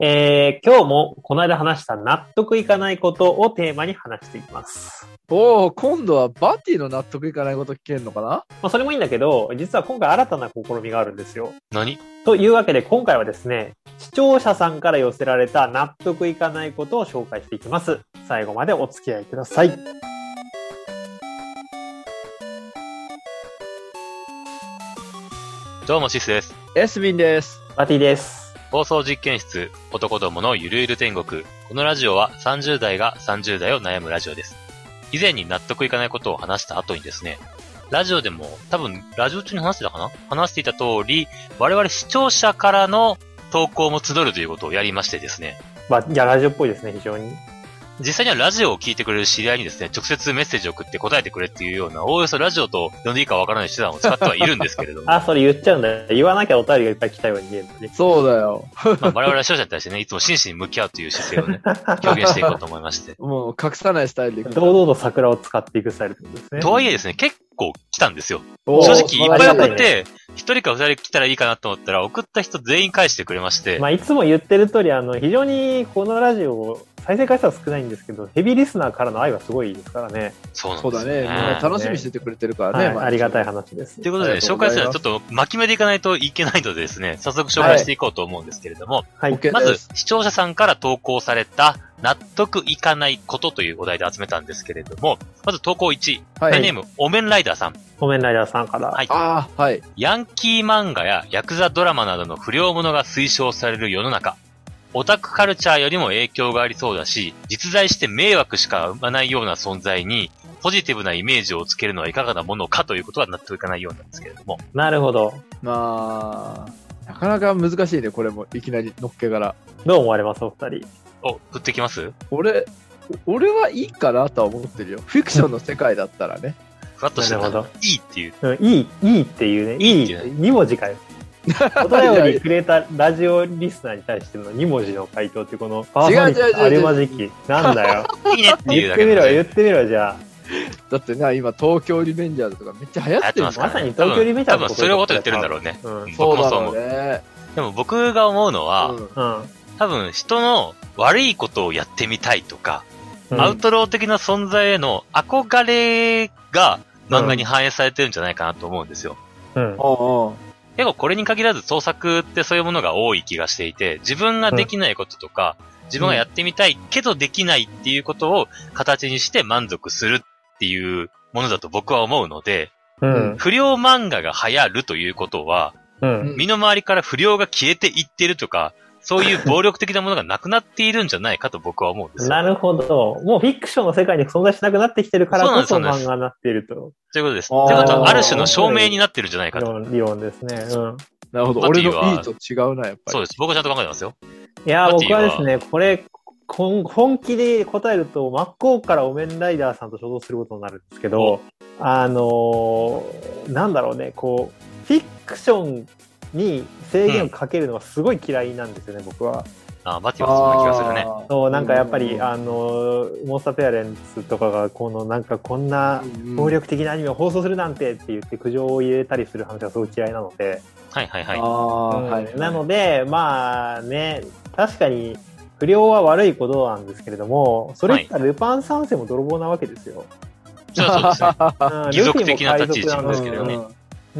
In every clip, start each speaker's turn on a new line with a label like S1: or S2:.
S1: えー今日もこの間話した納得いかないことをテーマに話していきます。
S2: おお、今度はバティの納得いかないこと聞けるのかな
S1: まあ、それもいいんだけど、実は今回新たな試みがあるんですよ。
S3: 何
S1: というわけで今回はですね、視聴者さんから寄せられた納得いかないことを紹介していきます。最後までお付き合いください。
S3: どうもシスです。
S2: エスミンです。
S1: バティです。
S3: 放送実験室、男どものゆるゆる天国。このラジオは30代が30代を悩むラジオです。以前に納得いかないことを話した後にですね、ラジオでも、多分、ラジオ中に話してたかな話していた通り、我々視聴者からの投稿も募るということをやりましてですね、
S1: まあ、いや、ラジオっぽいですね、非常に。
S3: 実際にはラジオを聞いてくれる知り合いにですね、直接メッセージを送って答えてくれっていうような、おおよそラジオと呼んでいいかわからない手段を使ってはいるんですけれども、
S1: あ、それ言っちゃうんだよ。言わなきゃお便りがいっぱい来たように見えるのね。
S2: そうだよ。
S3: まあ、我々は視聴者に対してね、いつも真摯に向き合うという姿勢をね、 表現していこうと思いまして。
S2: もう隠さないスタイルでいく。
S1: 堂々と桜を使っていくスタイルってことですね。
S3: とはいえですね、結構来たんですよ。
S2: おー
S3: 正直いっぱい
S1: あ
S3: 送っ
S1: りがた
S3: て、一人か二人来たらいいかなと思ったら、送った人全員返してくれまして
S1: ま、あ、いつも言ってる通り、あの、非常にこのラジオ、再生回数は少ないんですけど、ヘビーリスナーからの愛はすごいですからね。
S3: そうなん
S2: そ
S3: で
S2: うだ
S3: す
S2: ね。みんな楽しみにしててくれてるから
S1: は
S2: ね。
S1: い、
S2: 毎日
S1: ありがたい。話です
S3: とい。うことで、
S2: ありがとう
S3: 紹
S2: ござい
S3: 介
S2: ます
S3: するのはちょっと巻き目でいかないといけないのでですね、早速紹介していこうと思うんですけれども、
S1: はい。
S2: OK
S3: ま
S2: で
S3: ず
S2: す
S3: 視聴者さんから投稿された納得いかないことというお題で集めたんですけれども、まず投稿1、
S2: は
S3: ペンネー
S2: い。
S3: ム、お面ライダーさん。
S1: ごめんライダーさんから。
S3: はい
S2: ああ、はい。
S3: ヤンキー漫画やヤクザドラマなどの不良ものが推奨される世の中。オタクカルチャーよりも影響がありそうだし、実在して迷惑しか生まないような存在に、ポジティブなイメージをつけるのはいかがなものかということは納得いかないようなんですけれども。
S1: なるほど。
S2: まあ、なかなか難しいね、これも。いきなりのっけから。
S1: どう思われますお二人。
S3: お、振ってきます
S2: 俺、俺はいいかなとは思ってるよ。フィクションの世界だったらね。
S3: ふわっとして
S1: な
S3: た
S1: るほど
S3: いいっていう。
S1: うんいい、いいっていうね。い
S3: いい
S1: い
S3: っていう
S1: 二文字 かよ。お便りくれたラジオリスナーに対しての二文字の回答ってこの、パーソニッ
S2: 違う違う違
S1: ク
S2: う
S1: あるまじき。なんだよ。
S3: いいねっていう
S1: 言
S3: だ
S1: っ
S3: け
S1: てみろ、
S3: で
S1: 言ってみろ、じゃ
S2: だってな、今、東京リベンジャーズとかめっちゃ流行
S3: や
S2: っ
S3: ってて
S2: る
S3: ます
S2: じ
S3: か
S2: ゃん。
S3: ら、ね。
S1: まさに東京リベンジャーズのこ
S3: 多分、
S1: と
S3: それをこと言ってるんだろうね。
S1: あ。うん。
S2: そう
S3: 僕も
S2: だろ
S3: そう思
S2: う
S3: う。
S2: ね。
S3: でも僕が思うのは、
S2: うん
S1: うん。
S3: 多分人の悪いことをやってみたいとか、
S1: うん
S3: アウトロー的な存在への憧れが漫画に反映されてるんじゃないかなと思うんですよ。
S1: うん。
S2: おうおう
S3: 結構これに限らず創作ってそういうものが多い気がしていて、自分ができないこととか、自分がやってみたいけどできないっていうことを形にして満足するっていうものだと僕は思うので、
S1: うん。
S3: 不良漫画が流行るということは、
S1: うん。
S3: 身の回りから不良が消えていってるとか、そういう暴力的なものがなくなっているんじゃないかと僕は思うんです よ。
S1: なるほど。もうフィクションの世界に存在しなくなってきてるからこそ
S3: そうなんです
S1: 漫画になっていると。
S3: ということです。
S2: あー
S3: ということは、ある種の証明になってるんじゃないかと。
S1: 理論ですね。うん。
S2: なるほど。
S3: パテ
S2: 俺
S3: ィは
S2: のいいと違うな、やっぱり。
S3: そうです。僕はちゃんと考えてますよ。
S1: いやー、
S3: パティ
S1: 僕は
S3: は
S1: ですね、これ、こん本気で答えると、真っ向からお面ライダーさんと衝動することになるんですけど、あのーなんだろうね、こう、フィクションに制限をかけるのはすごい嫌いなんですよね、僕は。
S3: ああ、バティはそんな気がするね。
S2: あー
S1: そう、なんかやっぱり、
S2: うん
S1: あのーモンスターペアレンツとかが、この、なんかこんな
S2: うん
S1: 暴力的なアニメを放送するなんてって言って苦情を入れたりする話がすごい嫌いなので、
S3: はいはい
S2: あ
S3: はい。
S2: あ、
S1: うん
S2: はい。
S1: なので、まあね、確かに不良は悪いことなんですけれども、それ言ったらルパン三世も泥棒なわけですよ。
S3: それはそうですね。
S1: うん
S3: 貴族的な立ち位置
S1: ルフィも海賊なん
S3: ですけどね
S2: うん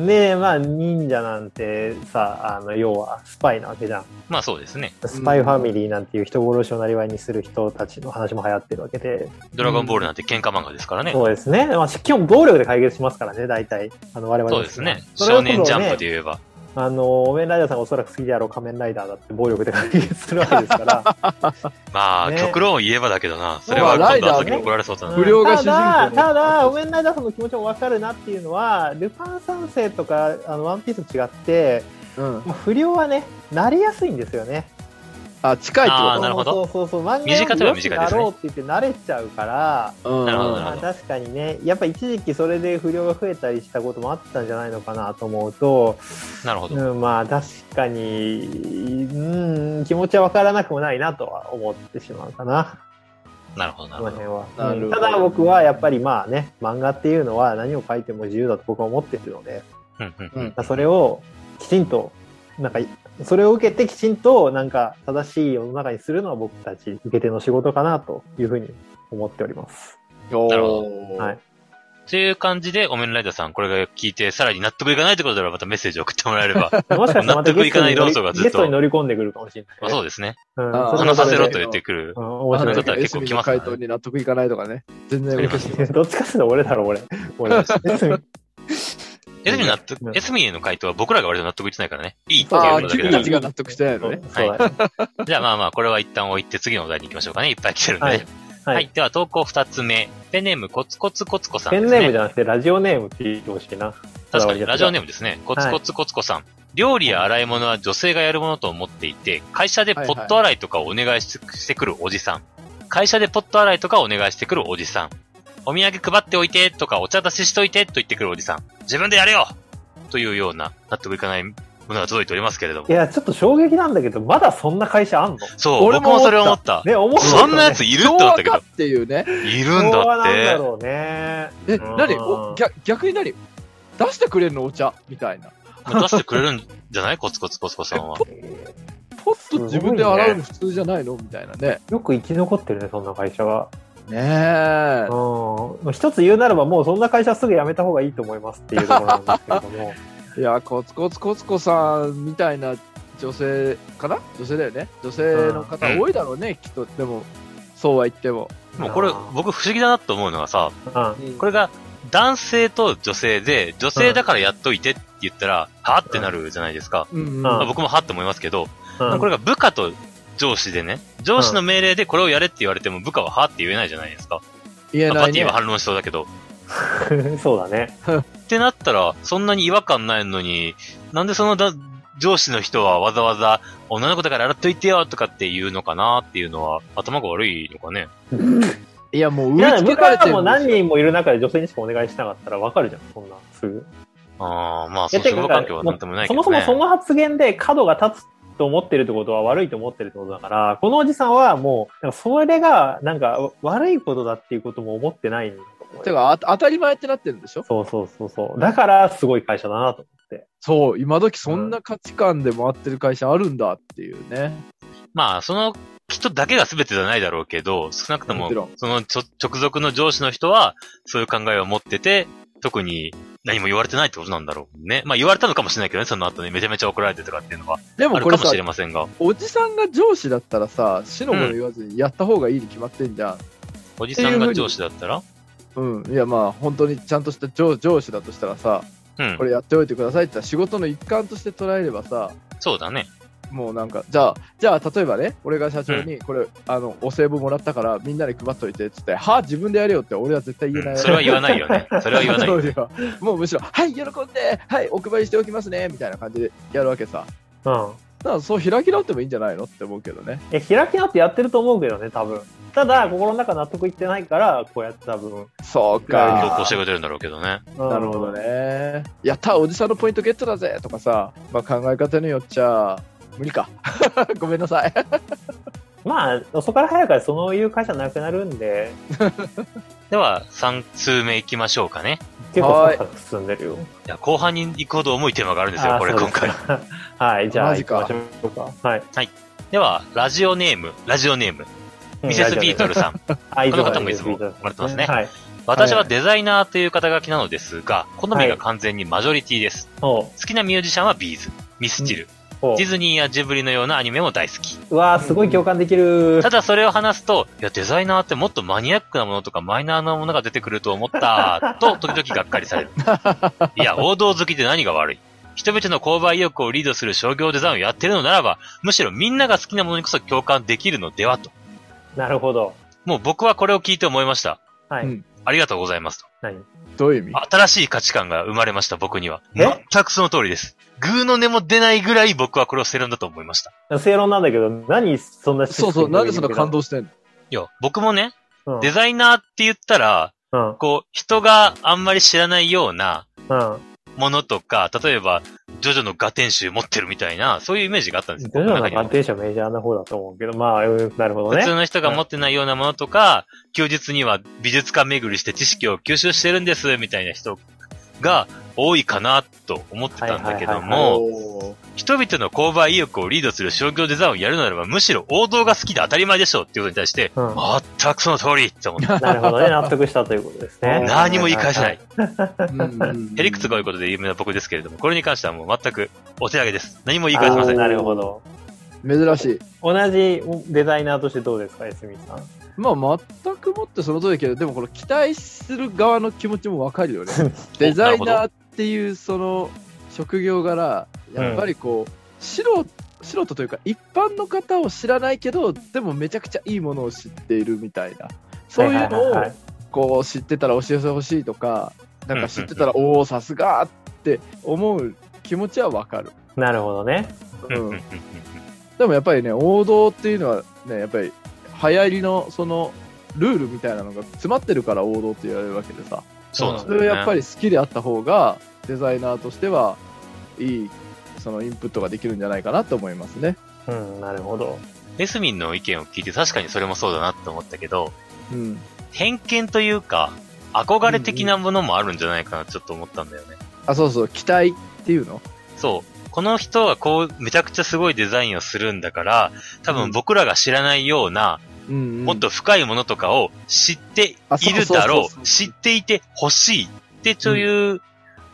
S1: で、まあ忍者なんてさ、あの、要はスパイなわけじゃん。
S3: まあそうですね。
S1: スパイファミリーなんていう人殺しをなりわいにする人たちの話も流行ってるわけで、
S3: ドラゴンボールなんて喧嘩漫画ですからね。
S1: そうですね。まあ、基本暴力で解決しますからね、大体。あの、我々の
S3: そうですね。
S1: それこ
S3: 少
S1: そね
S3: 年ジャンプで言えば。
S1: あの、オメンライダーさんがおそらく好きであろう仮面ライダーだって暴力で解決するわけですから。
S3: まあ、
S1: ね
S3: 極論を言えばだけどな。それは今度後に怒られそうだな。
S2: 不良が主人公
S1: ただ、ただ、お面ライダーさんの気持ちもわかるなっていうのは、ルパン三世とか、あの、ワンピースと違って、
S2: うん。
S1: 不良はね、なりやすいんですよね。
S2: あ、近いって
S3: あーなるほど
S1: そうそうそう、漫画
S3: 短ければ短いですね
S1: だろうって言って慣れちゃうから、
S2: ことうん
S3: なるほど
S1: まあ確かにね、やっぱ一時期それで不良が増えたりしたこともあったんじゃないのかなと思うと、
S3: なるほど。
S1: うん、まあ確かに、うん、気持ちはわからなくもないなとは思ってしまうかな。
S3: なるほど、な
S1: こ
S3: る
S1: の
S3: ほど。
S1: 辺は。
S2: なるほど
S1: ただ僕はやっぱりまあね、漫画っていうのは何を書いても自由だと僕は思ってるので、
S3: うんうん
S2: うん
S1: まあそれをきちんと、なんかそれを受けてきちんとなんか正しい世の中にするのは僕たち受け手の仕事かなというふうに思っております。
S2: お
S3: なる
S2: ー
S1: はい。
S3: っていう感じで、オメンライダーさん、これが聞いて、さらに納得いかないってことであれば、またメッセージを送ってもらえれ ば。
S1: もしかしたらまた
S3: 納得
S1: ゲ
S3: い
S1: スト
S3: かな
S1: に
S3: い
S1: 乗
S3: 論争がず
S1: りゲ
S3: っと
S1: ストに乗り込んでくるかもしれない、
S3: まあそうですね。
S1: うん
S2: あー
S1: それはそ
S3: 話さ
S1: れ
S3: せ
S1: で
S3: ろと言ってくる
S1: う。ん、面白い
S3: あの方は結構来ますからね
S2: ね。回答に納得いかないとかね。全然受けしてます。
S1: どっちかっていうと俺だろ、俺。俺。
S3: エスミの納得
S1: うん、
S3: エスミへの回答は僕らが割と納得いってないからね。いいって
S2: あ
S3: 言
S2: あ
S3: う
S2: ー、
S3: だけ
S2: 君
S3: だ
S2: た
S3: か
S2: ちが納得してないのね。
S1: そうだね。
S3: ら。じゃあまあまあ、これは一旦置いて次のお題に行きましょうかね。いっぱい来てるんで。
S1: は
S3: はいい。
S1: はい
S3: では、投稿二つ目。ペンネームコツコツコツコさん
S1: ペ
S3: です
S1: ン
S3: ね。
S1: ネームじゃなくて、ラジオネームって言ってほしいな。
S3: 確かに、ラジオネ
S1: ー
S3: ームですね。コツコツコツコさん。料理や洗い物は女性がやるものと思っていて、会社でポット洗いとかをお願いししてくるおじさん。会社でポット洗いとかをお願いしてくるおじさん。お土産配っておいてとかお茶出ししといてと言ってくるおじさん。自分でやれよというような納得いかないものが届いておりますけれども
S1: ム。い。や、ちょっと衝撃なんだけど、まだそんな会 社あんの
S3: そう、
S2: 俺
S3: 僕
S2: も
S3: もそれを思った。
S1: ね、思うよね
S3: そんなやついるって
S2: 昭
S3: 思っ
S2: 和
S3: たけど
S2: か。っていうね。
S3: いるん
S1: 昭和
S3: だっ
S1: なんだ
S3: て。
S1: ろうね。
S2: え、
S1: うん
S2: 何お逆逆に何出してくれるのお茶みたいな。
S3: もう出してくれるんじゃないコツコツコツコさんは。
S2: ポッと自分で洗うの普通じゃないのみたいなね。
S1: よく生き残ってるね、そんな会社は。
S2: ね
S1: うん。一つ言うならば、もうそんな会社すぐ辞めた方がいいと思いますっていうところなんですけれども。
S2: え。いや、コツコツコツコさんみたいな女性かな女性だよね。女性の方多いだろうね、きっと。でも、そうは言っても。
S3: もうこれ、僕不思議だなと思うのはさ、
S1: うん。
S3: これが男性と女性で、女性だからやっといてって言ったら、はぁってなるじゃないですか。
S2: うん、
S1: あ
S3: ま
S1: う
S3: あ
S1: ん
S3: 僕もはぁって思いますけど、
S1: うん
S3: これが部下と上司でね、上司の命令でこれをやれって言われても部下ははぁって言えないじゃないですか。
S2: 言え
S3: まあ
S2: な
S3: パ
S2: い
S3: ティ
S2: ね
S3: は。反論しそうだけど。
S1: そうだね。
S3: ってなったら、そんなに違和感ないのに、なんでそのだ上司の人はわざわざ女の子だから洗っといてよとかって言うのかなっていうのは、頭が悪いのかね。
S2: いや、も
S1: い
S2: う植え
S1: や、
S2: 付
S1: 部
S2: けられて
S1: 下
S2: る
S1: も
S2: んですよ
S1: 何人もいる中で女性にしかお願いしなかったらわかるじゃん、そんな、すぐ。
S3: ああ、まあ、
S1: いや
S3: その職場環
S1: て
S3: 境
S1: か
S3: はなんともない
S1: そ
S3: けど、
S1: も
S3: ね。
S1: そもその発言で角が立つと思ってるってことは悪いと思ってるってことだから、このおじさんはもう、なんかそれがなんか悪いことだっていうことも思ってないんだと思うよ
S2: てかあ、当たり前ってなってるんでしょ
S1: そうそうそうそう。だからすごい会社だなと思って。
S2: そう、今時そんな価値観で回ってる会社あるんだっていうね。
S3: まあ、その人だけが全てじゃないだろうけど、少なくと
S2: も
S3: も
S2: ち、ろん。
S3: そのちょ直属の上司の人は、そういう考えを持ってて、特に何も言われてないってことなんだろうね。まあ言われたのかもしれないけどね、その後にめちゃめちゃ怒られてとかっていうのは
S2: で
S3: あ
S2: も
S3: る
S2: こ
S3: か
S2: れ
S3: も
S2: さ
S3: し、れませんが、
S2: おじさんが上司だったらさ、死のもの言わずにやった方がいいに決まってんじゃん。
S3: おじさんが上司だったら、
S2: うん。いや、まあ、本当にちゃんとした上上司だとしたらさ、
S3: うん
S2: こ、れやっておいてくださいって言ったら仕事の一環として捉えればさ、
S3: そうだね。
S2: もうなんか、じゃあ、じゃあ、例えばね、俺が社長に、これ、あの、お歳暮もらったから、みんなに配っといて、っつって、はあ、自分でやれよって、俺は絶対言えない、
S3: うんそれは言わないよね。それは言わないよ ね。
S2: そうよもうむしろ、はい、喜んで、はい、お配りしておきますね、みたいな感じでやるわけさ。
S1: うん。
S2: だからそう開き直ってもいいんじゃないのって思うけどね。
S1: え、開き直ってやってると思うけどね、多分。ただ、心の中納得いってないから、こうやって多分。あ
S2: そう
S1: ー
S3: 投
S1: ど
S3: 稿
S2: か
S3: し。てくれてるんだろうけどね。
S1: な
S2: なるほど。ね。やったおじさんのポイントゲットだぜとかさ、まあ、考え方によっちゃ、無理か。 ごめんなさい。
S1: まあ、遅から早からそういう会社なくなるんで、
S3: では、3通目行きましょうかね。
S1: 結構サクサク進んでるよ。
S3: いや、後半に行くほど重いテーマがあるんです
S1: あ
S3: よ、
S1: ー
S3: これ
S1: そうで
S3: 今
S1: すか
S3: 回。
S1: はい、じゃあ
S2: マ
S1: 行
S2: ジ
S1: き
S2: か
S1: ましょうか。はい。
S3: では、ラジオネーム、ラジオネーム、ミセスビートルさん。
S1: はい
S3: この方もいつも
S1: も
S3: もらってますね
S1: はい。
S3: 私はデザイナーという肩書きなのですが、好みが完全にマジョリティです。
S1: おう
S3: 好きなミュージシャンはビーズ、ミスチル、
S1: おう
S3: ディズニーやジブリのようなアニメも大好き。
S1: うわーすごい共感できる。
S3: ただそれを話すと、いや、デザイナーってもっとマニアックなものとかマイナーなものが出てくると思 った、と時々がっかりされる。いや、王道好きで何が悪い人々の購買意欲をリードする商業デザインをやってるのならば、むしろみんなが好きなものにこそ共感できるのではと。
S1: なるほど。
S3: もう僕はこれを聞いて思いました。
S1: はい。
S2: うん
S3: ありがとうございますと。
S1: 何
S2: どういう意味
S3: 新しい価値観が生まれました、僕には。
S1: え
S3: 全くその通りです。グーの根も出ないぐらい僕はこれを正論だと思いました。
S1: 正論なんだけど、何そんな
S2: そうそう、なんでそんな感動してんの
S3: いや、僕もね、
S1: 動
S3: デザイナーって言ったら、
S1: うん。うん。
S3: こう、人があんまり知らないような
S1: うん。
S3: ものとか、例えば、ジョジョのガテン集持ってるみたいな、そういうイメージがあったんですよ。
S1: 徐々
S3: 僕の中
S1: な
S3: には
S1: 鑑定者メジャーな方だと思うけど、まあ、うんなるほど
S3: 普通
S1: ね。
S3: の人が持ってないようなものとか、休日には美術館巡りして知識を吸収してるんです、みたいな人が、多いかなと思ってたんだけど
S1: はい
S3: も、
S4: おー
S3: 人々の購買意欲をリードする商業デザインをやるならば、むしろ王道が好きで当たり前でしょうっていうことに対して、
S1: うん
S3: 全くその通りって思って、
S1: なるほどね、納得したということです
S4: うん
S1: ね。
S3: 何も言い返せない。
S2: うん
S3: ヘリクツが多いことで有名な僕ですけれども、これに関してはもう全くお手上げです。何も言い返せません。
S1: なるほど。
S2: 珍しい。
S1: 同じデザイナーとしてどうですか、エスミさん。
S2: まあ、全くもってその通りだけど、でもこの期待する側の気持ちもわかるよね。デザイナーっていうその職業柄、やっぱりこう、素人、素人というか一般の方を知らないけど、でもめちゃくちゃいいものを知っているみたいな。そういうの
S1: は
S2: を
S1: はは
S2: こう知ってたら教えてほしいとか、なんか知ってたら、おお、さすがって思う気持ちはわかる。
S1: いなるほどね。
S3: うんうんうん
S2: う
S3: うんん
S2: でもやっぱりね、王道っていうのはね、やっぱり流行りのそのルールみたいなのが詰まってるから王道って言われるわけでさ、
S3: そうなん
S2: そ
S3: だよ
S2: れを
S3: ね。
S2: やっぱり好きであった方が、デザイナーとしてはいい、そのインプットができるんじゃないかなと思いますね。
S1: うん、なるほど。
S3: エスミンの意見を聞いて確かにそれもそうだなって思ったけど、
S2: うん。
S3: 偏見というか、憧れ的なものもあるんじゃないかなちょっと思ったんだよね。
S2: あ、そうそう、期待っていうの
S3: そう。この人はこう、めちゃくちゃすごいデザインをするんだから、多分僕らが知らないような、
S2: うん、うん。
S3: もっと深いものとかを知っているだ
S2: あそうそうそ
S3: ろ
S2: うそうう
S3: 知っていて欲しいってという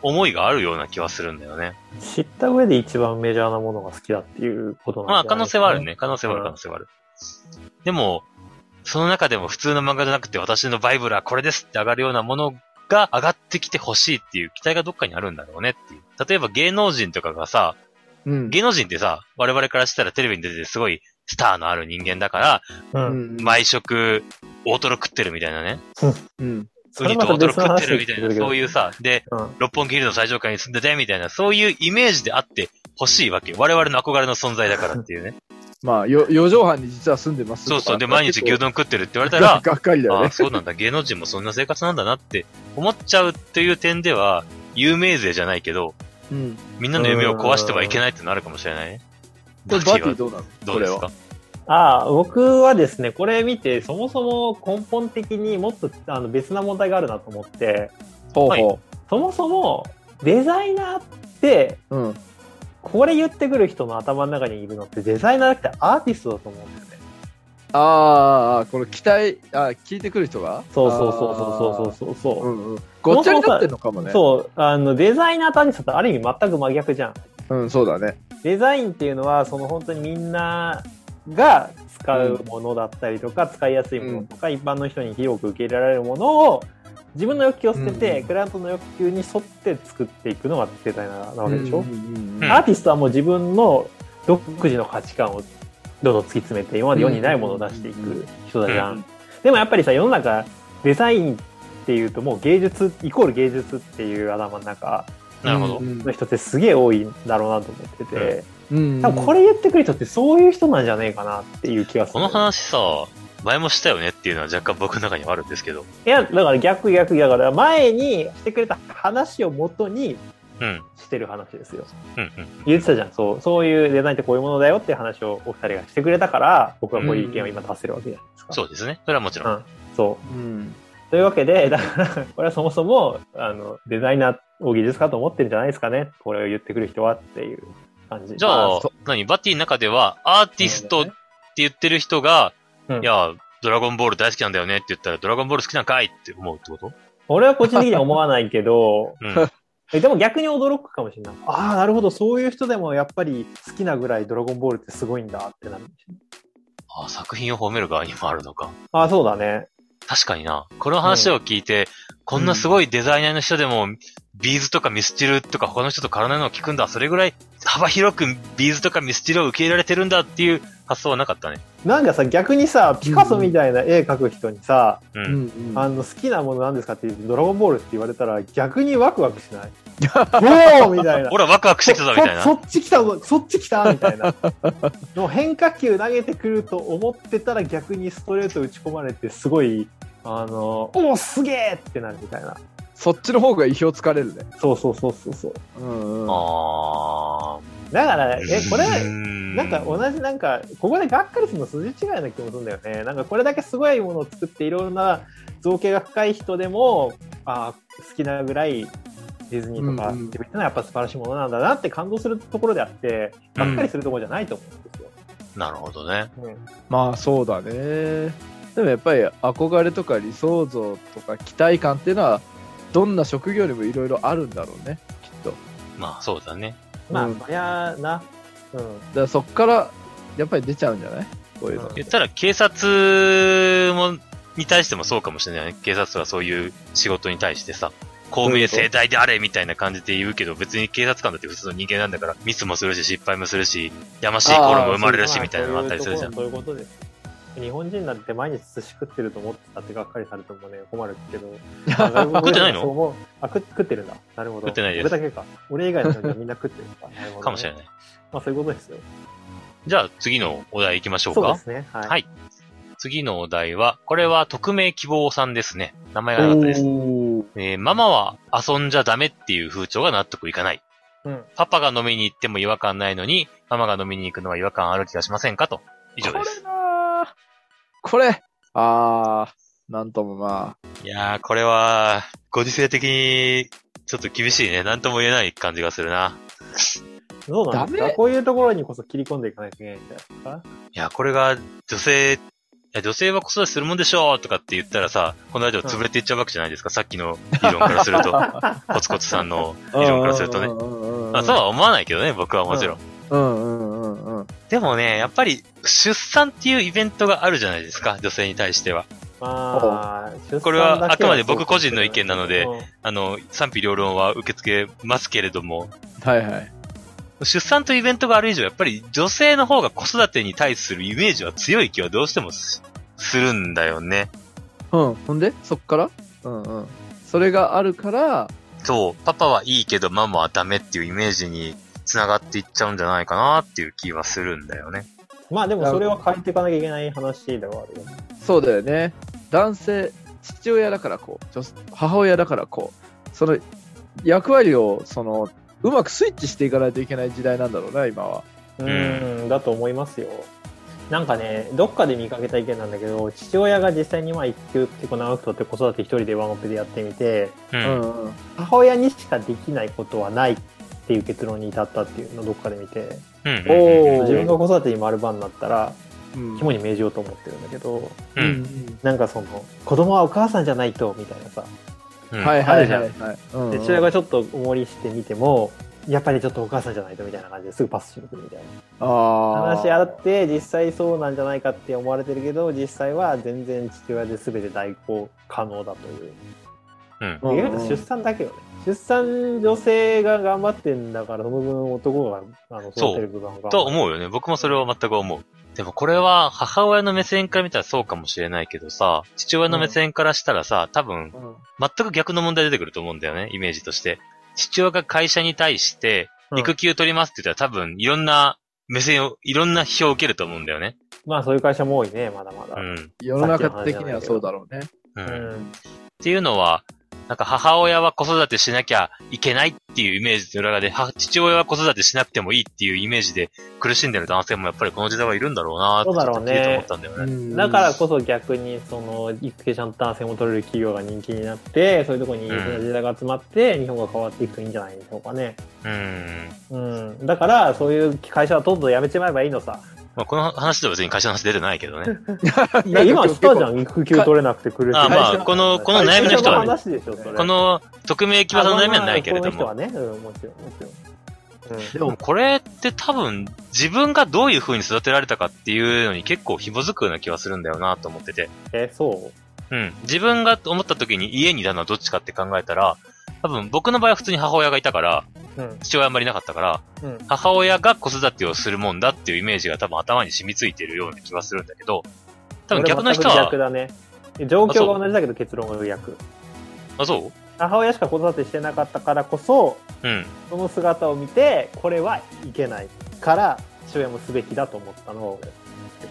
S3: 思いがあるような気はするんだよね。
S1: 知った上で一番メジャーなものが好きだっていうこと
S3: ま
S1: なん
S3: あ
S1: じゃ
S3: 可
S1: ない
S3: 能
S1: です
S3: 性
S1: か
S3: はある。ね。可能性はある
S1: うん
S3: 可能性はある。でも、その中でも普通の漫画じゃなくて私のバイブルはこれですって上がるようなものが上がってきて欲しいっていう期待がどっかにあるんだろうねっていう。例えば芸能人とかがさ、
S2: うん。
S3: 芸能人ってさ、我々からしたらテレビに出てすごいスターのある人間だから、
S1: う。
S2: うんん。
S3: 毎食、大トロ食ってるみたいなね。
S2: うん。
S1: そ
S3: ウ
S1: れ
S3: ニ
S1: また
S3: と大トロ
S1: 別の
S3: 食って
S1: 話
S3: るみたいな、そういうさ、で、
S1: うん。
S3: 六本木ヒルの最上階に住んでて、みたいな、そういうイメージであって欲しいわけ。我々の憧れの存在だからっていうね。
S2: まあ、よ四畳半に実は住んでますと
S3: そ
S2: か。
S3: うそう。で、毎日牛
S2: だ
S3: 丼食ってるって言われた ら、
S2: がっかりだよ
S3: あ
S2: ね。
S3: そうなんだ、芸能人もそんな生活なんだなって思っちゃうっていう点では、有名勢じゃないけど、
S2: うん。
S3: みんなの夢を壊してはいけないってなるかもしれないね。
S2: これ、バ
S3: バ
S2: ー
S3: ッ
S2: テ
S3: テ
S2: ィ
S3: ィ
S2: ー
S3: は
S2: どうなの
S3: どうですか
S1: ああ、僕はですね、これ見て、そもそも根本的にもっとあの別な問題があるなと思って、
S2: こ
S3: は
S2: れは。ほ
S1: そもそもデザイナーって、
S2: うほう。うん。
S1: これ言ってくる人の頭の中にいるのってデザイナーじゃなくてアーティストだと思うんですね。
S2: あーあー、この期待、あー聞いてくる人が
S1: そうそうそうそうそうそうそう
S2: あ
S1: そ
S2: ー
S1: う。
S2: んうん。ごっちゃになってんのかもね。
S1: そう、あの、デザイナーとアーティストってある意味全く真逆じゃん。
S2: うん、そうだね。
S1: デザインっていうのは、その本当にみんなが使うものだったりとか、使いやすいものとか、一般の人に広く受け入れられるものを、自分の欲求を捨てて、
S2: うん
S1: クライアントの欲求に沿って作っていくのがデザイナーなわけでしょ、
S2: うんうんうん
S1: アーティストはもう自分の独自の価値観をどんどん突き詰めて、今まで世にないものを出していく人だじゃ
S2: うん
S1: ん。でもやっぱりさ、世の中、デザインっていうともう芸術、イコール芸術っていう頭の中
S3: なるほど
S2: う。ん
S1: の人ってすげえ多いんだろうなと思ってて、
S3: うん
S2: うん
S1: 多分これ言ってくる人ってそういう人なんじゃねえかなっていう気がする。
S3: この話さ、前もしたよねっていうのは若干僕の中にはあるんですけど。
S1: いや、だから逆逆逆だから前にしてくれた話をもとに
S3: うん。
S1: してる話ですよ。
S3: うんうん。
S1: 言ってたじゃん。そう、そういうデザインってこういうものだよっていう話をお二人がしてくれたから、僕はこういう意見を今出せるわけじゃないですか。
S3: そうですね。それはもちろん。
S1: うん。そう。
S2: うん。
S1: というわけで、だから、 これはそもそも、あの、デザイナーを技術家と思ってるんじゃないですかね。これを言ってくる人はっていう感じ。
S3: じゃあ、
S2: あそ
S3: 何バッティの中では、アーティストって言ってる人が、
S1: うん
S3: いや、ドラゴンボール大好きなんだよねって言ったら、ドラゴンボール好きなんかいって思うってこと
S1: 俺は個人的には思わないけど、
S3: うん。
S1: えでも逆に驚くかもしれない。ああ、なるほど、そういう人でもやっぱり好きなぐらいドラゴンボールってすごいんだってなる。
S3: あ、作品を褒める側にもあるのか。
S1: ああ、そうだね。
S3: 確かにな。この話を聞いて、こんなすごいデザイナーの人でも、ビーズとかミスチルとか他の人と絡んだのを聞くんだ。それぐらい幅広くビーズとかミスチルを受け入れられてるんだっていう発想はなかったね。
S1: なんかさ、逆にさ、ピカソみたいな絵描く人にさ、
S3: う。
S2: うんん。
S1: あの好きなものなんですかって言って、ドラゴンボールって言われたら、逆にワクワクしない おーみたいな。
S3: ほら、ワクワクしてきたぞみたいな。
S1: そそそっち来たぞ、そっち来たみたいな。の変化球投げてくると思ってたら逆にストレート打ち込まれて、すごい、あの、おお、すげえってなるみたいな。
S2: そっちの方が意表つかれるね。
S1: そうそうそうそうそう。
S2: うんうん。
S3: あ
S1: だから、
S3: ー。
S1: え、これ、な
S3: なん
S1: か同じなんかここでがっかりするの筋違いな気もするんだよねなんかこれだけすごいものを作っていろんな造形が深い人でもあー好きなぐらいディズニーとかっ
S2: うん
S1: て
S2: う
S1: い
S2: ん
S1: うのはやっぱ素晴らしいものなんだなって感動するところであって、
S3: うん
S1: がっかりするところじゃないと思うんですよ。
S3: なるほどね。
S2: まあそうだね。でもやっぱり憧れとか理想像とか期待感っていうのはどんな職業にもいろいろあるんだろうねきっと。だか
S3: まあそうだね。
S1: まあ
S2: うん、
S1: そりゃあな。うん。
S2: らそっからやっぱり出ちゃうんじゃないこういうのって。
S3: 言ったら警察も、に対してもそうかもしれないね。警察はそういう仕事に対してさ、公務員生態であれみたいな感じで言うけど、別に警察官だって普通の人間なんだから、ミスもするし、失敗もするし、やましい頃も生まれるし、みたいなのがあったりするじゃん。
S1: そういうことです。日本人なんて毎日寿司食ってると思ってたってがっかりされてもね、困るけど。
S3: 食ってないの
S1: そう思うあ、食食ってるんだ。なるほど。
S3: 食ってないです
S1: 俺だけか。俺以外の人はみんな食ってるんだなるほどね
S3: かもしれない。
S1: まあそういうことですよ。
S3: じゃあ次のお題行きましょう
S1: そうで
S3: か。
S1: すね。はい。
S3: はい次のお題は、これは匿名希望さんですね。名前がなかったです。
S2: おー
S3: えーママは遊んじゃダメっていう風潮が納得いかない。
S1: うん
S3: パパが飲みに行っても違和感ないのに、ママが飲みに行くのは違和感ある気がしませんかと。以上です。
S2: これなーこれあー、なんともまあ。
S3: いやー、これは、ご時世的に、ちょっと厳しいね。なんとも言えない感じがするな。
S1: そうなんです
S2: ダ
S1: か
S2: メ
S1: こういうところにこそ切り込んでいかないといけないんじゃないですか
S3: いや、これが、女性、いや女性は子育てするもんでしょうとかって言ったらさ、この間潰れていっちゃうわけじゃないですか。さっきの理論からすると、 コツコツさんの理論からするとね。
S2: ね
S3: まあ、そうは思わないけどね、僕はもちろん。
S2: うんうんうんうん。
S3: でもね、やっぱり、出産っていうイベントがあるじゃないですか、女性に対しては。
S1: まあ、出産だけ
S3: これはあくまで僕個人の意見なので
S1: うん
S3: あの、賛否両論は受け付けますけれども、
S2: はいはい。
S3: 出産というイベントがある以上、やっぱり女性の方が子育てに対するイメージは強い気はどうしてもすするんだよね。
S2: うん。ほんで、そっからうんうん。それがあるから、
S3: そう、パパはいいけどママはダメっていうイメージに繋がっていっちゃうんじゃないかなっていう気はするんだよね。
S1: まあでもそれは変えていかなきゃいけない話ではあるよね。
S2: そうだよね。男性、父親だからこう、女母親だからこう、その役割を、その、うまくスイッチしていかないといけない時代なんだろうな、今は。
S1: う
S3: うん
S1: ーん、だと思いますよ。なんかね、どっかで見かけた意見なんだけど、父親が実際にまあ育休結構長くとって子育て一人でワンオペでやってみて、
S2: う
S3: う。
S2: んんうん。
S1: 母親にしかできないことはないっていう結論に至ったっていうのをどっかで見て、
S3: うん。うん
S2: おー
S1: 自分が子育てに丸番になったら、
S2: うん
S1: 肝に銘じようと思ってるんだけど、
S3: う。
S2: うんん
S1: なんかその、子供はお母さんじゃないと、みたいなさ。
S3: うん。。
S2: はいいはい
S1: じゃん
S2: はいはい。うん
S1: で、父親がちょっとおもりしてみても、やっぱりちょっとお母さんじゃないとみたいな感じですぐパスしてくるみたいな。
S2: あ
S1: 話あって実際そうなんじゃないかって思われてるけど実際は全然父親で全て代行可能だという
S3: うん。
S2: うんうん
S1: 意外と出産だけよね出産女性が頑張ってんだからその分男があの
S3: そう
S1: 育てる部分が
S3: と思うよね。僕もそれは全く思う。でもこれは母親の目線から見たらそうかもしれないけどさ、父親の目線からしたらさ、多分
S2: うん
S3: 全く逆の問題出てくると思うんだよね、イメージとして。父親が会社に対して、
S1: うん
S3: 育休取りますって言ったら多分いろんな目線を、いろんな批評を受けると思うんだよね。
S1: まあそういう会社も多いねまだまだ、
S3: うん。
S2: 世の中的にはそうだろうね。
S3: う。
S1: うん
S3: っ
S1: ん
S3: ていうのは、なんか母親は子育てしなきゃいけないっていうイメージの裏側で、は父親は子育てしなくてもいいっていうイメージで苦しんでる男性もやっぱりこの時代はいるんだろうなーって
S1: そうだろうね
S3: ちょっと聞いて思ったんだよね。
S1: だからこそ逆にその育休者の男性も取れる企業が人気になってそういうところにいろんな時代が集まって日本が変わっていくといいんじゃないでしょうかね、
S3: うん。
S1: うん、だからそういう会社はとんどんやめちまえばいいのさ
S3: まあ、この話では別に会社の話出てない けどね。
S1: いや、今知ったじゃ
S2: ん。
S1: ん、育休取れなくて苦しい。
S3: あまあ、この、この悩みの人はね、
S1: 会社の話でしょ、それ。
S3: この匿名希望さんの悩みはないけれど
S1: あまあこ
S3: も、
S1: の人はね、うん、もちろん、もちろん。うん
S3: でもこれって多分自分がどういう風に育てられたかっていうのに結構紐づくような気はするんだよなと思ってて。
S1: え、そう
S3: うん。自分が思った時に家にいたのはどっちかって考えたら、多分僕の場合は普通に母親がいたから、
S1: うん、
S3: 父親はあんまりいなかったから、
S1: うん、
S3: 母親が子育てをするもんだっていうイメージが多分頭に染みついてるような気はするんだけど、多分逆の人
S1: 俺
S3: は
S1: 全く、逆だね。状況が同じだけど結論が逆。
S3: あ、そ
S1: 母親しか子育てしてなかったからこそ、
S3: ううん。
S1: その姿を見て、これはいけないから、父親もすべきだと思ったのは俺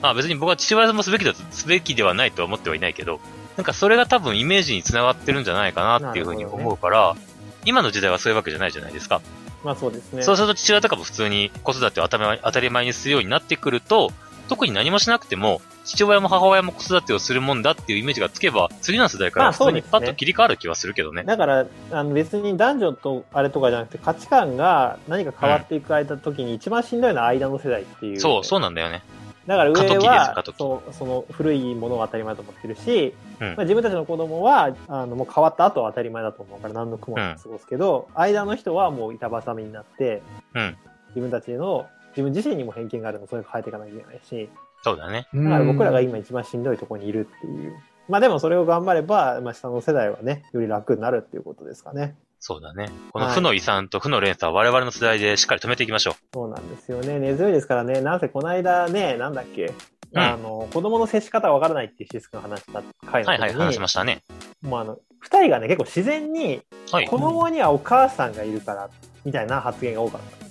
S3: まあ別に僕は父親もすべきだと、すべきではないとは思ってはいないけど、なんかそれが多分イメージにつながってるんじゃないかなっていうふうに
S1: なるほどね
S3: 思うから、今の時代はそういうわけじゃないじゃないですか。
S1: まあそうですね。
S3: そうすると父親とかも普通に子育てを当たり前当たり前にするようになってくると、特に何もしなくても、父親も母親も子育てをするもんだっていうイメージがつけば、次の世代か
S1: ま
S3: ら
S1: あそ
S3: 普
S1: う
S3: 通
S1: で
S3: に
S1: すね
S3: パッと切り替わる気はするけどね。
S1: だからあの別に男女とあれとかじゃなくて価値観が何か変わっていく間の時に一番しんどいのは間の世代っていう、
S3: そう、そううなんだよね。
S1: だから
S3: 過渡
S1: 上
S3: 期です
S1: は
S3: 過渡期
S1: そうその古いものを当たり前だと思ってるし、
S3: うん
S1: まあ、自分たちの子供はあのもう変わった後は当たり前だと思うから何の苦もなく過ごすけど、間の人はもう板挟みになって、
S3: うん
S1: 自分たちの自分自身にも偏見があるのでそれを変えていかなきゃいけないし
S3: そうだね。
S1: だから僕らが
S2: い
S1: 今一番しんどいところにいるっていう。まあでもそれを頑張れば、まあ、下の世代はね、より楽になるっていうことですかね。
S3: そうだね。この
S1: はい
S3: 負の遺産と負の連鎖は我々の世代でしっかり止めていきましょう。
S1: そうなんですよね。根強いですからね。なんせこの間ね、なんだっけ、
S3: うん
S1: あの、子供の接し方わからないっていうシス君が話した回の
S3: は
S1: 時
S3: い
S1: に、
S3: はい、話しましたね。
S1: もうあの、二人がね、結構自然に、
S3: はい
S1: 子。供にはお母さんがいるから、みたいな発言が多かった。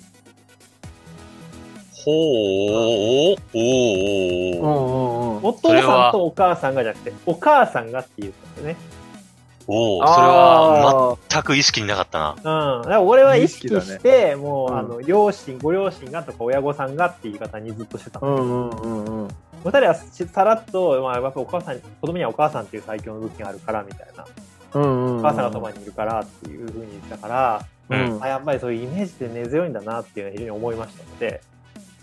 S3: ほー、おー、
S2: う
S3: お
S2: ん
S3: ー、
S2: うんうん。
S1: お父さんとお母さんがじゃなくて、お母さんがって言ったんですよね。
S3: おー、そ
S2: あ
S3: れは
S2: ー
S3: 全く意識になかったな。
S1: うん。だから俺は意識
S2: 無意識
S1: し
S2: だ
S1: て、もう、
S2: うん
S1: あの、両親、ご両親がとか親御さんがっていう言い方にずっとしてた。
S2: う
S1: お
S2: んうんうんうん。
S1: 二人はさらっと、まあ、やっぱお母さん、子供にはお母さんっていう最強の武器があるから、みたいな。
S2: うんうん。
S1: お母さんがそばにいるからっていうふうに言ってたから、
S3: うん
S1: あやっぱりそういうイメージって根強いんだなっていうのは非常に思いましたので、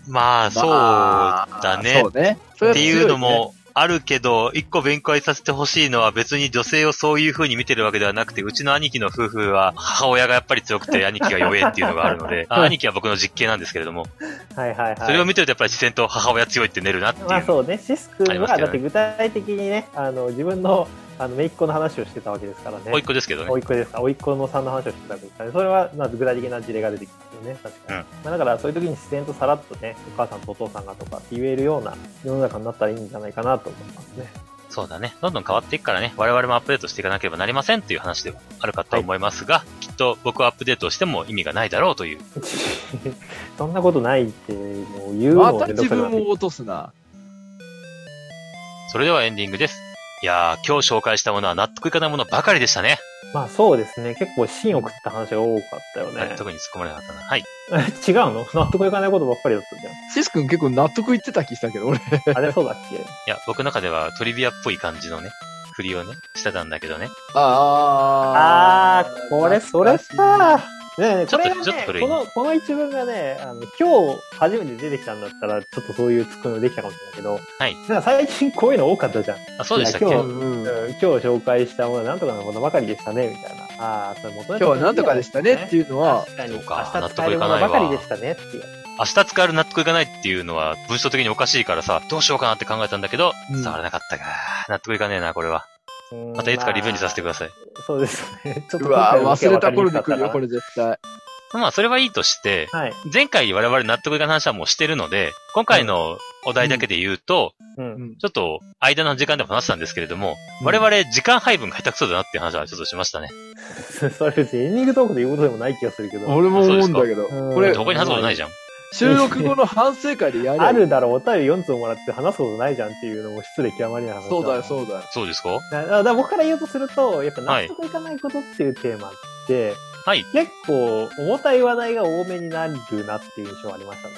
S3: まあ、そうだね。
S2: そうね。それ
S3: っ
S2: は
S3: て
S2: 強
S3: いうの
S2: ね、
S3: もあるけど、一個弁解させてほしいのは別に女性をそういう風に見てるわけではなくて、うちの兄貴の夫婦は母親がやっぱり強く て兄貴が弱えっていうのがあるので、あ兄貴は僕の実験なんですけれども、
S1: はいはいはい。
S3: それを見てるとやっぱり自然と母親強いって寝るなっていう。
S1: まあそうね、シス君
S3: あります
S1: は、
S3: け
S1: だ
S3: どね
S1: って具体的にね、あの自分のあの姪っ子の話をしてたわけですからね。
S3: おいっ子ですけどね。
S1: 甥っ子ですか、甥っ子のさんの話をしてたわけですからね。それはまず具体的な事例が出てきますよね、確かに。
S3: うん
S1: まあ、だからそういう時に自然とさらっとね、お母さんとお父さんがとかって言えるような世の中になったらいいんじゃないかなと思いますね。
S3: そうだね。どんどん変わっていくからね、我々もアップデートしていかなければなりませんっていう話ではあるかと思いますが、きっと僕はアップデートしても意味がないだろうという。
S1: そんなことないってもう言うの
S2: ま
S1: も
S2: た
S1: めんど
S2: 自
S1: くさくな
S2: 分
S1: ってき
S2: を落とすな。
S3: それではエンディングです。いやー、今日紹介したものは納得いかないものばかりでしたね。
S1: まあそうですね。結構芯を食った話が多かったよ
S3: はい
S1: ね。
S3: 特に突っ込まれなかったな。はい。
S1: 違うの納得いかないことばっかりだったじ
S2: シス君結構納得いってた気したけど、俺。
S1: ゃん。あれそうだっけ
S3: いや、僕の中ではトリビアっぽい感じのね、振りをね、してたんだけどね。
S2: あ
S1: あー、これ、それさ。ねえねえ、
S3: ち
S1: こ
S3: ょっと
S1: れが
S3: ちょっと古
S1: ね、
S3: い
S1: この、この一文がね、あの、今日初めて出てきたんだったら、ちょっとそういうツッコミもできたかもしれないけど、
S3: はい
S1: なんか最近こういうの多かったじゃん。
S3: あ、そうでしたっけ
S1: いや
S2: う
S1: 今
S3: 今
S1: 日
S3: 日
S2: んうん。
S1: うん今日紹介したものはなんとかのものばかりでしたね、みたいな。ああ、それ元
S2: 今日はなんとかでしたねって
S1: いう。
S2: いうのは、
S1: 確かに、明
S3: そうか
S1: 日使えるものばかりでしたねっていう。
S3: 明日使える納得いかないっていうのは文章的におかしいからさ、どうしようかなって考えたんだけど、
S2: うん
S3: 触らなかったか。納得いかねえな、これは。
S1: うん
S3: またいつかリベンジさせてください。
S1: そうですね。ちょっ
S2: う
S1: と今
S2: わ
S1: 回の
S2: 忘れた頃に来る
S1: わ
S2: よ、
S1: か
S2: こ
S1: りにくかっ
S2: れ絶対。
S3: まあ、それはいいとして、
S1: たなはい。
S3: 前回我々納得いかない話はもうしてるので、今回のお題だけで言うと、
S1: うん。
S3: ちょっと間の時間でも話したんですけれども、我々時間配分が下手くそだなっていう話はちょっとしましたね。
S1: それ別にエンディングトークで言うことでもない気がするけど。
S2: 俺も思うんだけど、
S1: うん
S2: これ
S1: え
S3: 他に話すことないじゃん。
S2: 収録後の反省会でやる。
S1: あるだろう、お便り4通もらって話すことないじゃんっていうのも失礼極まりない話な
S2: そうだよ、そうだよ。
S3: そうですか
S1: だだから僕から言うとすると、やっぱ
S3: はい
S1: 納得いかないことっていうテーマって、
S3: はい
S1: 結構重たい話題が多めになるなっていう印象はありましたね。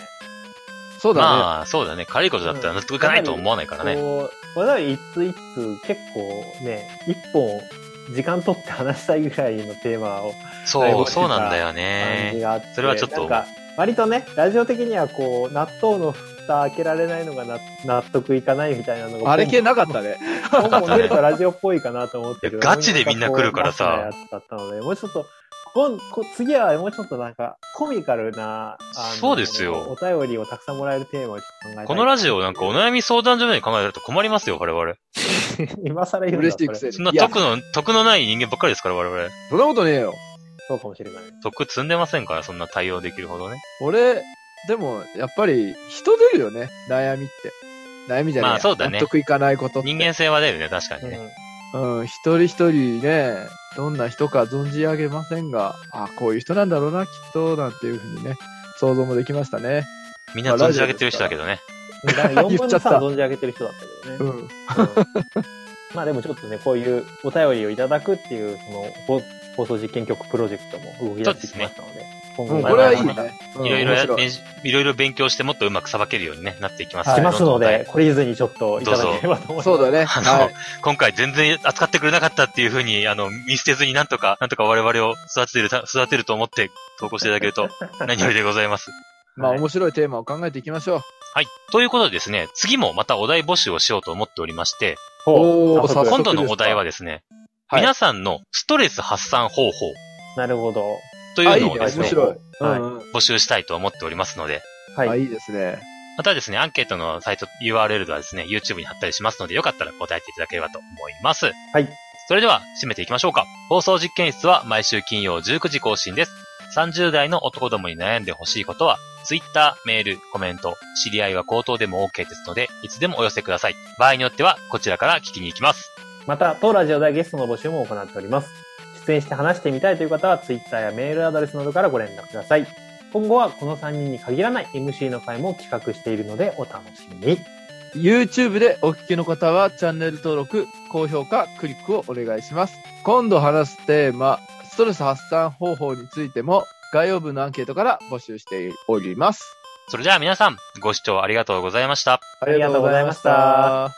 S2: そうだね。
S3: まあ、そうだね。軽いことだったら納得いかないと思わないからね。
S1: こう、お便り一通一通結構ね、一本時間取って話したいぐらいのテーマを
S3: そう、そうなんだよ
S1: 感じ
S3: ね。
S1: があって、
S3: それはちょっと
S1: なんか割とねラジオ的にはこう納豆の蓋開けられないのがな納得いかないみたいなのが
S2: あれ系なか ったね。
S1: ポンポンポン出るとラジオっぽいかなと思ってる
S3: いやガチでみんな来るからさ
S1: なんかこうマスなやつだったのでもうちょっと今こ次はもうちょっとなんかコミカルなあの
S3: そうですよ
S1: お便りをたくさんもらえるテーマをちょっと考えたい
S3: このラジオなんかお悩み相談所に考えると困りますよ、我々。
S1: 今更言うんだ
S2: 嬉しいく
S1: それ
S2: せに。
S3: そんない
S2: や、
S3: 得の、得のない人間ばっかりですから、我々。
S2: そんなことねえよ。
S1: そうかもしれない
S3: 得積んでませんから、そんな対応できるほどね。
S2: 俺、でも、やっぱり、人出るよね、悩みって。悩みじゃない。
S3: まあそうだね
S2: 納得いかないことって。
S3: 人間性は出るね、確かにね。
S2: うん、一人一人ね、どんな人か存じ上げませんが、あ、こういう人なんだろうな、きっと、なんていうふうにね、想像もできましたね。
S3: みんな存じ上げてる人だけどね。
S1: うん、だから4
S2: 言
S1: 分
S2: っち
S1: の
S2: ゃった
S1: 3存じ上げてる人だったけどね、
S2: うん。
S1: まあでもちょっとね、こういうお便りをいただくっていう、その、放放送実験局プロジェクトも動き出してきましたので、今
S2: う
S1: 後
S2: ん、
S1: も
S2: これはいい
S1: し
S2: ね。うん
S3: いろいろ
S2: 面
S3: や
S2: 白
S3: 練習いろいろ勉強してもっとうまくさばけるように、ね、なっていきます
S2: はい
S1: ますの
S3: はい
S1: で、懲りずにちょっといただければと思います。
S2: そうだね。
S3: あの、
S2: はい。
S3: 今回全然扱ってくれなかったっていうふうに、あの、見捨てずになんとか、なんとか我々を育てるた、育てると思って投稿していただける と何よりでございます。
S2: まあ、
S1: はい
S2: 面白いテーマを考えていきましょう。
S3: はい。ということでですね、次もまたお題募集をしようと思っておりまして、
S1: ほう
S2: おー
S1: 早
S2: 早
S1: 速
S2: 速
S3: 今度のお題はですね、
S2: はい
S3: 皆さんのストレス発散方法
S1: なるほど。
S3: と
S2: あ、
S3: い
S2: いうい
S3: の
S2: ね。
S3: を
S2: 面
S3: ですね、
S2: 白い。
S1: はい
S2: うんうん
S3: 募集したいと思っておりますので、
S1: はい。
S2: あ、いいですね。
S3: またですね、アンケートのサイト URL ではですね、YouTube に貼ったりしますので、よかったら答えていただければと思います。
S1: はい。
S3: それでは、締めていきましょうか。放送実験室は毎週金曜19時更新です。30代の男どもに悩んでほしいことは、Twitter、メール、コメント、知り合いは口頭でも OK ですので、いつでもお寄せください。場合によっては、こちらから聞きに行きます。
S1: また、当ラジオではゲストの募集も行っております。出演して話してみたいという方は、Twitter やメールアドレスなどからご連絡ください。今後はこの3人に限らない MC の会も企画しているので、お楽しみに。
S2: YouTube でお聞きの方はチャンネル登録、高評価、クリックをお願いします。今度話すテーマ、ストレス発散方法についても概要文のアンケートから募集しております。
S3: それじゃあ皆さん、ご視聴ありがとうございました。
S1: ありがとうございました。